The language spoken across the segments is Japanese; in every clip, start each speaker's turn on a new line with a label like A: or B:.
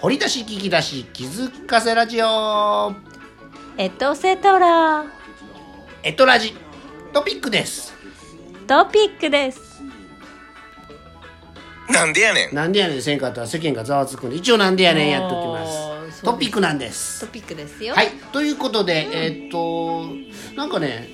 A: 掘り出し聞き出し気づかせラジオ
B: エトセトラ
A: エトラジトピックです
B: トピックです
C: なんでやねん
A: なんでやねんせんかったら世間がざわつくんで一応なんでやねんやっときます
B: おーそう
A: トピックなんです
B: トピックですよ
A: はいということで、えーっとなんかね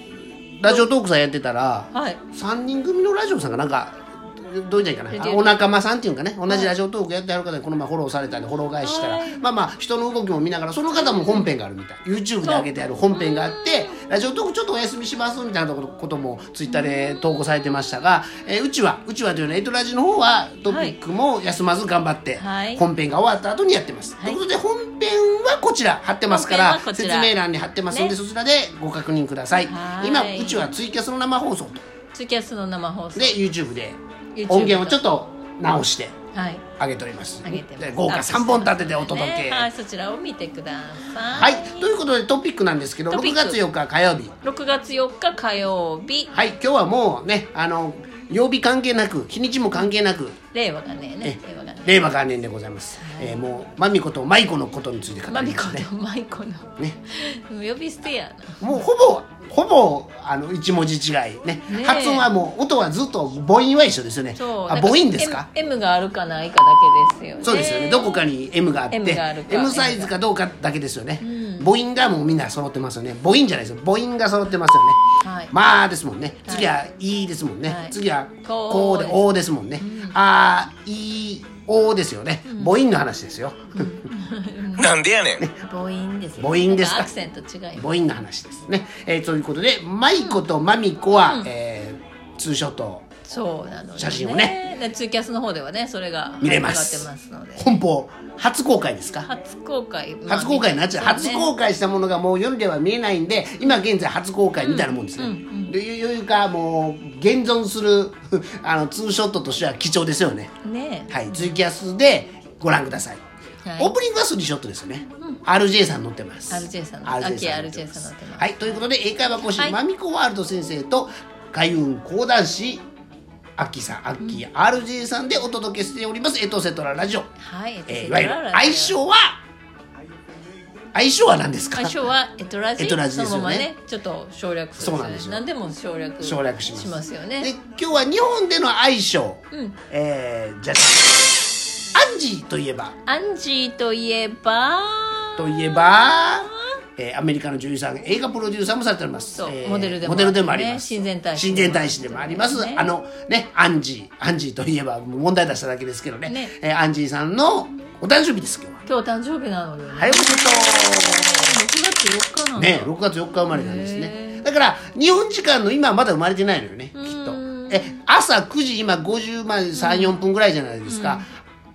A: ラジオトークさんやってたら
B: はい
A: 3人組のラジオさんがなんかどういうんじゃないか
B: 出
A: な
B: て
A: あ
B: る
A: お仲間さんっていうんかね同じラジオトークやってはる方にこの前フォローされたんでフォロー返したら、
B: はい
A: まあまあ人の動きも見ながらその方も本編があるみたい YouTube で上げてある本編があってラジオトークちょっとお休みしますみたいなことも Twitter で投稿されてましたが、えーうちはうちはというのはエイトラジの方はトピックも休まず頑張って、
B: はい
A: 本編が終わった後にやってます、
B: はい
A: ということで本編はこちら貼ってますから
B: 本編はこ
A: 説
B: ちら
A: 明欄に貼ってますんで、
B: ね
A: そちらでご確認ください
B: はい
A: 今うちはツイキャスの生放送と
B: ツイキャスの生放送
A: で YouTube で
B: YouTube
A: 音源をちょっと直して
B: はい
A: 上げております
B: 上げてます
A: で豪華3本立てでお届け、
B: ねはいそちらを見てくださ
A: はいいということでトピックなんですけど
B: トピ
A: 6
B: ック
A: 月4日火曜日
B: 6月4日火曜日
A: はい今日はもうねあの曜日関係なく日にちも関係なく
B: 令和がね
A: え
B: ね令和がね
A: 令和元年でございます、えーもうまみことまいこのことについて語りま
B: マミコ
A: すね
B: とマイコの
A: ね
B: 呼び捨てやな
A: もうほぼほぼあの一文字違いね
B: ねえ
A: 発音はもう音はずっと母音は一緒ですよね
B: そう
A: あ
B: だ
A: 母音ですか
B: M, M があるかないかだけですよね
A: そうですよねどこかに M があって
B: M があるか
A: M サイズかどうかだけですよね、母音がもうみんな揃ってますよね母音じゃないですよ母音が揃ってますよね、
B: はい
A: まあですもんね
B: はい
A: 次は「い」ですもんね、
B: はい
A: 次は「
B: こう
A: こう」で「
B: です
A: お」ですもんね「あ」「い」「お」ですよね、母音の話ですよ、
C: なんでやねん
B: 母音ですよ
A: 母音ですか
B: なんアクセント違い
A: 母音の話ですね、えーということでマイコとマミコは、えーツーショット
B: そうなのよね
A: 写真をね
B: でツイキャスの方ではねそれが
A: 見れます
B: 上がってますので
A: 本邦初公開ですか
B: 初公開、まあ
A: 初公開になっちゃう、
B: そう
A: 初
B: ね
A: 公開したものがもう夜では見えないんで今現在初公開みたいなもんですね、
B: うんうん
A: というかもう現存する あのツーショットとしては貴重ですよね
B: ねえ
A: はいツイキャスでご覧ください、
B: はい
A: オープニングはスリーショットですよね、RJ さん乗ってます
B: RJ さんの
A: RJ
B: 秋
A: さん
B: RJ さん乗ってます
A: はいということで英会話講師、
B: はい
A: まみこワールド先生と開運講談師アッキーさんアッキー RJ さんでお届けしております「エトセトララジオ」
B: はい、
A: えーいわゆる相性は相性は何ですか
B: 相性はエトラジ
A: エトラジです
B: そ
A: よね
B: のままねちょっと省略する
A: そうなんですよ
B: 何でも省略
A: 省略します
B: よ
A: で
B: ね
A: 今日は日本での相性、
B: うん
A: えーじゃあアンジーといえば
B: アンジーといえば
A: といえば、えーアメリカの女優さん映画プロデューサーもされております
B: そう
A: えー
B: モデルでも
A: モデルでもあります
B: ね親善大使
A: 親善大使でもあります、
B: ね
A: あのねアンジーアンジーといえばもう問題出しただけですけどね
B: ね
A: えーアンジーさんのお誕生日です今日は
B: 今日誕生日なのよ、ね
A: はいおめでとう
B: 6月4日なの
A: ね、6月4日生まれなんですね
B: へ
A: だから日本時間の今はまだ生まれてないのよねきっと
B: うん
A: え朝9時今50まで34分ぐらいじゃないですか、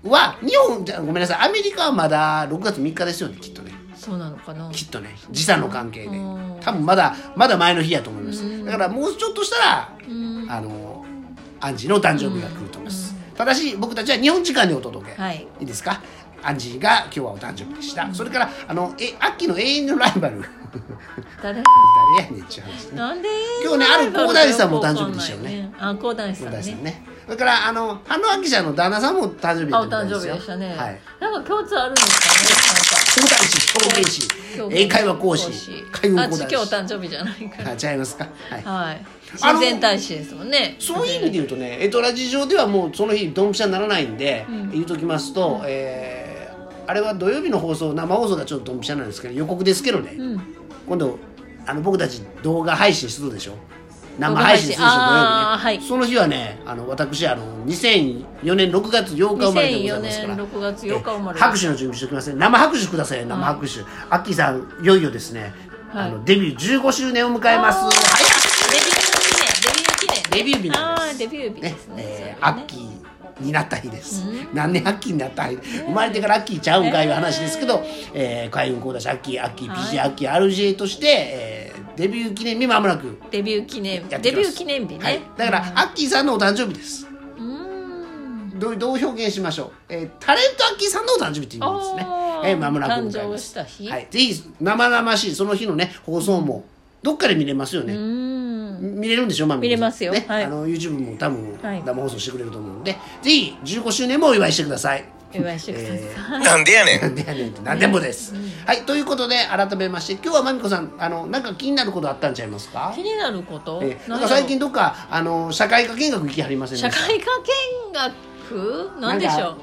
A: は日本じゃごめんなさいアメリカはまだ6月3日ですよねきっとね
B: そうなのかな
A: きっとね時差の関係で
B: うん
A: 多分まだまだ前の日やと思いますだからもうちょっとしたら
B: うん
A: あのアンジーのお誕生日が来ると思いますただし僕たちは日本時間でお届け、
B: はい
A: いいですかアンジーが今日はお誕生日でした、それからあのえ秋の永遠のライバル
B: 誰
A: 誰やねんっていう話ね。
B: なんで
A: 今日ねある講談師さんも誕生日でしたよね
B: あ講談師さん
A: 大さ
B: ね
A: んね。それからあの羽野明さんの旦那さんも誕生日
B: あ
A: だっ
B: お
A: た
B: 誕
A: みたいですよ。
B: 生日でしたね、
A: はい。
B: なんか共通あるんです
A: 講談師、表現師
B: かねなん、か
A: 英会話講師、海運
B: あ
A: 講談
B: 今日お
A: 師。
B: 誕生日じゃないから
A: あ、違いますか。はい。
B: はい
A: あの
B: 親善大使ですもんね
A: そういう意味で言うとね、エトラジ上ではもうその日ドンピシャにならないんで、
B: ん
A: 言うときますと、えーあれは土曜日の放送生放送がちょっとドンピシャなんですけど予告ですけどね、
B: うん
A: 今度あの僕たち動画配信するでしょ生配信するでしょ土曜日ね、
B: あーはい
A: その日はねあの私あの2004年6月8日生まれでござい
B: 2004
A: ますから
B: 年6月8日生ま
A: え
B: れ
A: 拍手の準備しておきますね生拍手ください生拍手、アッキーさんいよいよですね、
B: はい
A: あのデビュー15周年を迎えます
B: あー
A: はい
B: デビュー記念デビュー記念ね
A: デビュー日なんです
B: あーデビュー日ですね
A: えー
B: そう
A: ア
B: ね
A: ッキーになった日です、何年アッキーになった日生まれてからアッキーちゃうんかいう話ですけど、えー海運講談社アッキーアッキー PJ、
B: はい
A: アッキー RJ として、えーデビュー記念日まもなく
B: デビュー記念
A: や
B: デ
A: ってきま
B: ビ
A: す
B: ュー記念日ね、
A: はい、だから、アッキーさんのお誕生日です
B: うーん
A: どうどう表現しましょう、えータレントアッキーさんのお誕生日っていう意味ですね
B: あ、ー
A: えー、間もなく迎えま
B: 誕生
A: す
B: した日
A: はい、ぜひ生々しいその日のね放送もどっかで見れますよね、
B: うーん
A: 見れるんでしょマミ
B: 見れますよ
A: ね
B: はい
A: あの YouTube も多分
B: はい
A: 生放送してくれると思うんで、ぜひ15周年もお祝いしてください
B: 祝い祝さん。
C: なんでやねん
A: なんでやねんって何でもです、はいということで改めまして今日はまみこさんあのなんか気になることあったんちゃいますか
B: 気になること
A: ええ、なん
B: 何やろ
A: か最近どっかあの社会科見学行きはりませんで
B: 社
A: した
B: 会科見学なんでしょ
A: なん
B: う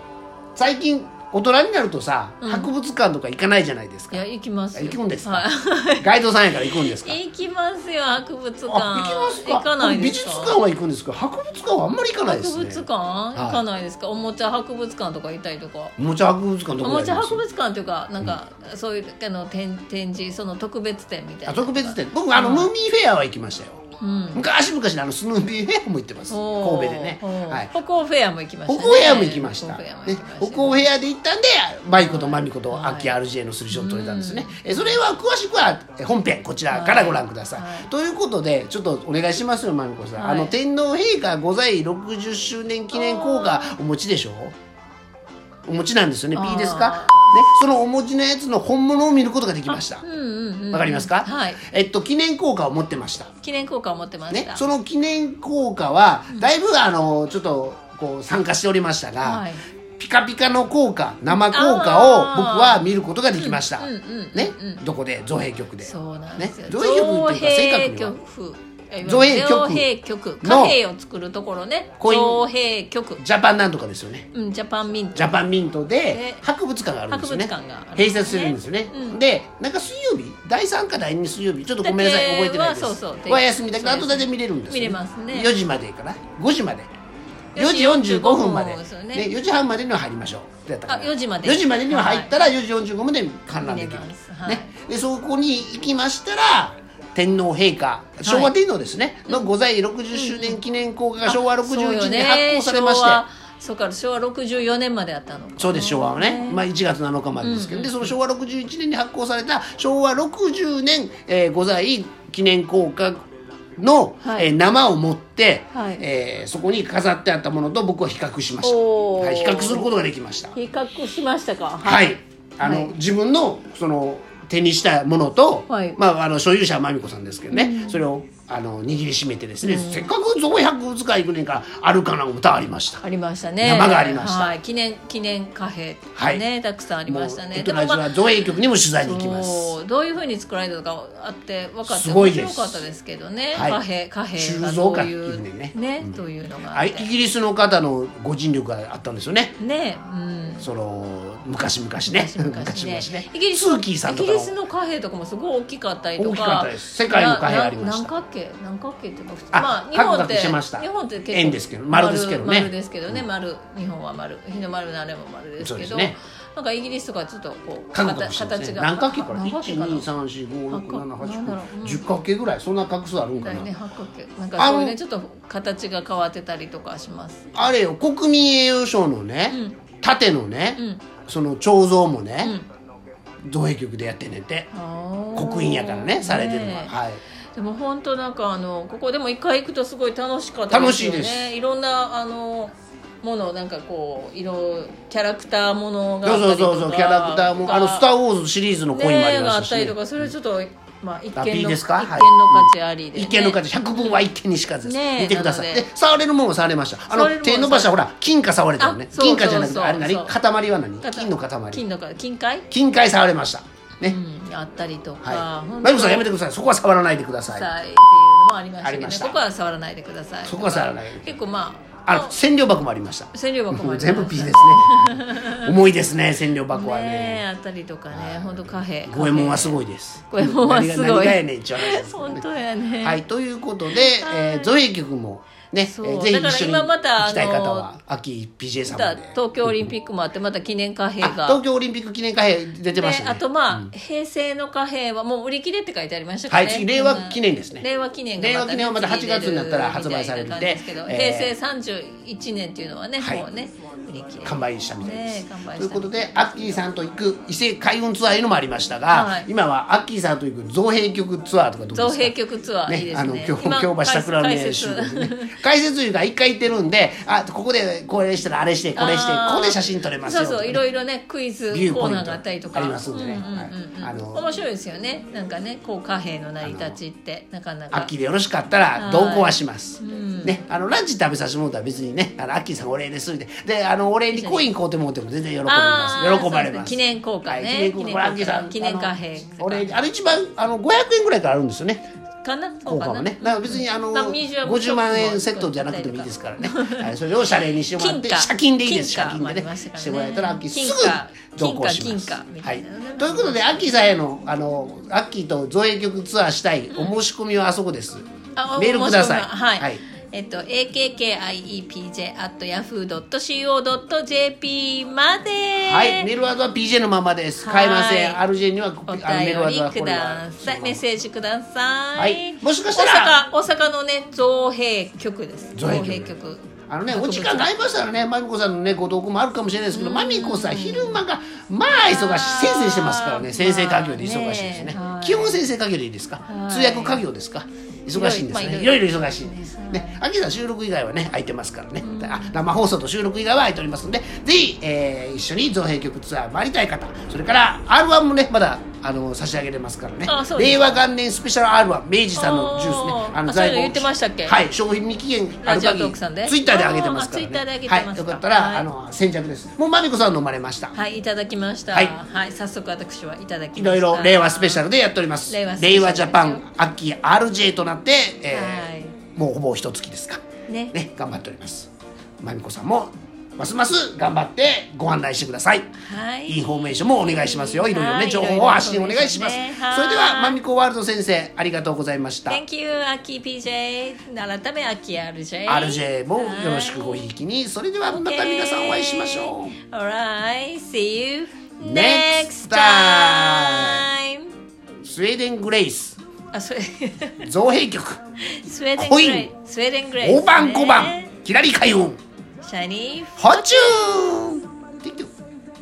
A: 最近大人になるとさ、
B: うん
A: 博物館とか行かないじゃないです
B: い
A: か
B: や行きますよ
A: 行くんですか、
B: はい
A: ガイドさんやから行くん ですか
B: 行きますよ博物館
A: あ行きますか
B: 行かない
A: 美
B: です
A: 術
B: か
A: 館は行くんですけど博物館はあんまり行かないです
B: 博
A: ね
B: 物館行かないですか、おもちゃ博物館とか行ったりとか
A: おもちゃ博物館ど
B: お
A: こ
B: も
A: に
B: ち
A: あ
B: ゃ
A: ります
B: 博物館というかなんか、そういうあの展展示その特別展みたいな
A: あ特別展僕あの、ムーミーフェアは行きましたよ
B: うん
A: 昔々のあのスヌーピーフェアも行ってます
B: おー
A: 神戸でね
B: おー
A: はい
B: 北欧フェアも行きまし
A: 北
B: た、
A: 欧
B: ね、
A: フェアも行きました
B: 北欧フェアも行
A: ね
B: きました
A: 北欧フェアで行ったんでマイコとマミコと
B: はい
A: 秋 RJ のスリーショットを取れたんですねえそれは詳しくはえ本編こちらからご覧ください
B: はい
A: ということでちょっとお願いしますよマミコさん
B: はい
A: あの天皇陛下御在位60周年記念硬貨お持ちでしょお持ちなんですよね
B: あー
A: P ですかねそのお持ちのやつの本物を見ることができました
B: うんうんうん
A: わかりますか
B: はい
A: えっと記念硬貨を持ってました
B: 記念硬貨を持ってまし
A: ね
B: た、、
A: その記念硬貨はだいぶあのちょっとこう参加しておりましたが、
B: はい
A: ピカピカの硬貨生硬貨を僕
B: あー
A: は見ることができました、
B: うんうんうん
A: ね
B: うん、
A: どこで造幣局で
B: そうなんですよ、
A: ね造幣局っていうか正確には
B: 造幣局いや
A: 造幣局
B: 造幣局
A: の
B: 貨幣を作るところね
A: コイン
B: 造幣局
A: ジャパンなんとかですよね
B: うんジャパンミント
A: ジャパンミントで
B: で
A: 博物館があるんですよね
B: 博物館があるんですね
A: 併設するんですよね、
B: うん
A: でなんか水曜日第3か第2水曜日ちょっとごめんなさい
B: だけ
A: 覚えてないです
B: はそうそう
A: は休みだけど
B: そう
A: 後
B: です
A: だけ見れるんですよ
B: 見れますね
A: 4時までかな5時まで4
B: 4
A: 時
B: 時
A: 45分まで、
B: そうですよ
A: ね、
B: ね
A: 4時半までには入りましょうだったかな
B: あ4時まで
A: 4時までには入ったら4時45分までに観覧できる、
B: 見れますはい
A: ね、でそこに行きましたら天皇陛下昭和天皇ですね、の御在位60周年記念硬貨が昭和61年に発行されまして、
B: そうよね昭和そうから昭和64年まであったの
A: そうです昭和はね、まあ、1月7日までですけど、でその昭和61年に発行された昭和60年、えー、御在位記念硬貨の、
B: はい
A: えー生を持って、
B: はい
A: えーそこに飾ってあったものと僕は比較しました、
B: おー
A: はい、比較することができましたは
B: 比較しましたか
A: い、あの、
B: はい
A: 自分のその手にしたものと、
B: はい
A: まあ、あの所有者はまみこさんですけどね、それをあの握りしめてですね、せっかく造幣博物館行くねんからあるかな歌ありました
B: ありましたね
A: 山がありました
B: はい記念記念貨幣とかね、たくさんありました
A: もうエ
B: ね
A: トラジは造幣局にも取材に行きます
B: そうどういうふうに作られたのかあって分かって
A: すごいです
B: 面白かったですけどね、
A: はい
B: 貨幣貨幣
A: 鋳
B: が
A: 造
B: ど
A: 貨
B: う
A: って
B: い
A: いううね
B: ねどういうのが
A: は
B: あっ
A: い、
B: て
A: イギリスの方のご尽力があったんですよね。
B: ねうん
A: その昔々ね、
B: 昔々ねイギリス
A: スーキーさんと
B: イ
A: か
B: ギ
A: も
B: リスの貨幣とかもすごい大きかったりとか
A: 大きかったです世界の貨幣ありました
B: なな何角形何角形っていうか普通
A: あ
B: まあ日本っ
A: 角
B: て
A: 形してました
B: 日本って結構
A: 円ですけど丸ですけどね
B: 丸丸ですけどね丸日本は丸日の丸のあれも丸です
A: そう
B: け
A: です
B: ど
A: ね
B: なんかイギリスとかちょっとこう
A: カクカクしてます
B: 形
A: ね。
B: が
A: 何角形これ？
B: 何
A: 一
B: 角形かな
A: 二三四五六七八
B: なんだろうう
A: 九十
B: ん
A: 角形ぐらいそんな画数あるん
B: だ
A: か
B: よね
A: な。
B: 八角形なんかそうい
A: あ
B: う
A: の
B: ねちょっと形が変わってたりとかします
A: あれよ国民栄誉賞のね
B: うん、
A: 盾のね
B: う、ん
A: その彫像もね、
B: う
A: 造幣局でやってんねんて。
B: ん
A: 刻印やからねされてるのは、
B: ね
A: はい。
B: でも本当なんかあのここでも一回行くとすごい楽しかったですよね
A: 楽しいです
B: いろんなあのものなんかこう色キャラクターものが
A: そ
B: あ
A: うそ
B: った
A: う
B: りとか
A: そうそうキャラクターもあのスター
B: ー
A: ウォーズシリーズの
B: の
A: コインもありま
B: があ
A: した
B: っ
A: した
B: り
A: ね
B: と。かそれちょっとまあ一
A: あ
B: 見
A: B
B: の
A: ですか
B: 一見の
A: はい
B: 価値ありで、ね、
A: 一見の価値100分は一見にしかずです、
B: ねえ
A: 見てください
B: なの
A: で
B: で
A: 触れるものも触れましたあの
B: 触れるもの
A: 手伸ばしたらほら金貨触れたよね
B: あそうそう
A: 金貨じゃなくて
B: そう
A: あれ何
B: そう
A: 塊は何
B: 価値
A: 金の塊
B: 金
A: 金
B: の塊金塊、
A: 塊触れましたね、
B: うん、あったりとか、
A: はいマイコさんやめ
B: て
A: てくださいそこは触らないでください
B: さいっていうのもありました
A: あり
B: けど
A: ま
B: ね
A: した
B: ここは触らないでください
A: そこは触らないでください
B: 結構まあ
A: あの占領箱もありました
B: 占領箱もありました
A: 全部 P ですね 重いですね占領箱は
B: ねえ
A: ね
B: あったりとかね本当カフェ
A: 五右衛門はすごいです
B: 五右衛門はすご
A: 何
B: い
A: が何がやねんちゅう話ですけどね
B: 本当やね、
A: はい、ということで、えー、ゾエ局もね、え
B: そう
A: ーぜひ一緒に
B: だから今また
A: 行きたい方は、秋 PJ さ
B: ま
A: んま
B: た
A: で。
B: 東京オリンピックもあってまた記念貨幣
A: あ
B: が
A: 東京オリンピック記念貨幣出てましたね。
B: であとまあ、平成の貨幣はもう売り切れって書いてありましたからね、
A: はい次令和記念ですね
B: 令和記念が
A: 令和記念はまた
B: 次
A: 8月になったら発売されるんで
B: みたいな感じですけど
A: え
B: 平成31年っていうのはね、
A: はい
B: もうね売り切れ
A: 完売したみたいです
B: ね。完売した
A: ということで、アッキーさんと行く伊勢海運ツアーいうのもありましたが、
B: はい
A: 今はアッキーさんと行く造幣局ツアーとかどうですか
B: 造幣局ツアー、いいですね
A: あの今日
B: 今
A: 今日橋桜のね
B: 解説
A: 集合でね解説員が一回言ってるんであここでこれしたらあれしてこれして
B: あー
A: ここで写真撮れます
B: そ
A: よ
B: うそうい
A: とかね
B: ろいろねクイズコ
A: ビューポイント
B: ーナーがあったりとか
A: ありますんでね
B: うんうんうんうん
A: はいあの
B: 面白いですよねなんかねこう貨幣の成り立ちってなかなか
A: 秋でよろしかったら同行はします、
B: ん
A: ね、あのランチ食べさせてもらったら別にねあのアッキーさんお礼ですんでであのお礼にコイン買うてもらっても全然喜びま
B: あー
A: す喜ばれます
B: そうですね記念硬貨
A: はい
B: ね
A: 記念硬貨これアッキーさん
B: 記念貨
A: あ
B: 幣
A: のお礼にあれ一番あの500円ぐらいからあるんですよね
B: かなそ
A: 効
B: うか
A: 果
B: な
A: もねだから別にあの
B: まあミュージアムショ
A: 50
B: ップも
A: 万円セットじゃなくてもいいですからね、はい、それを謝礼にしてもらって
B: 金貨
A: 借金でいいです
B: 金
A: 借
B: 貨
A: 金でね
B: もありましたからね
A: してもらえたらアッキーす
B: 金貨
A: ぐ同行します
B: 金貨金貨み
A: は
B: た
A: い
B: いなね、
A: ということでアッキーさんへのあのアッキーと造営局ツアーしたいお申し込みはあそこです、
B: あ
A: メールください
B: もしもはい、
A: はい
B: えっと akkiepj.yahoo.co.jp まで
A: はい、メールワードは PJ のままです。変えません。
B: は
A: RJ にはこ
B: お
A: あの
B: 便
A: メールワードは
B: り
A: こ
B: く
A: れは
B: ださいメッセージください、
A: はいもしかしたら
B: 大阪大阪のね造幣局です
A: 造幣局
B: 局
A: あのね、お時間ないましたらね、まみこさんのね、ご同行もあるかもしれないですけど、まみこさん、昼間が、まあ、忙しい。先生してますから
B: ま
A: ね、
B: あ
A: 先生家業で忙しいですね
B: まあねは。い
A: 基本先生家業でいいですか
B: はい
A: 通訳家業ですか忙しいんですね。い
B: い
A: ろ
B: ろ
A: い
B: い
A: ろ
B: ろ
A: 忙しいんです。ね、秋さん収録以外はね、空いてますからね。あ、生放送と収録以外は空いておりますんで、ぜひ、えー一緒に造幣局ツアー回りたい方、それから R1 もね、まだ、あの、差し上げれますからね
B: あ。そうです
A: 令和元年スペシャル R1、明治さんのジュースね
B: あ、ー
A: あの、
B: あそうい
A: 在
B: うの
A: 庫
B: 言ってましたっけ
A: はい、商品未期限あ
B: ラ
A: る
B: ジオ
A: 限
B: トークさんで
A: りツイッターで上げてますから、ね、
B: あーツイッターで上げて
A: はい、
B: ますか
A: よかったら、
B: はい
A: あの先着ですもうまみこさん飲まれました、
B: はいいただきました
A: は
B: はいい、早速私はいただきました
A: いろいろ令和スペシャルでやっております
B: 令和スペシャル
A: 令和ジャパン秋 RJ となって、えー
B: はい
A: もうほぼ一月ですか
B: ね
A: ね頑張っておりますまみこさんもますます頑張ってご案内してください
B: はい
A: インフォメーションもお願いしますよいろいろ
B: は
A: ね
B: い
A: 情報を発信お願いします
B: いろいろそうですねはい
A: それではまみこワールド先生ありがとうございました
B: Thank you 秋 PJ 改め秋 RJ
A: RJ もよろしくごひいきにそれではまた皆さんお会いしましょう
B: Alright see you
A: Next
B: next time
A: スウェーデングレイス
B: あそれ
A: 造幣局
B: スウェーデン
A: コ
B: グ
A: イン
B: レイスウェーデングレイですね
A: 大判小判左開運
B: シャイニー
A: 発注 Thank you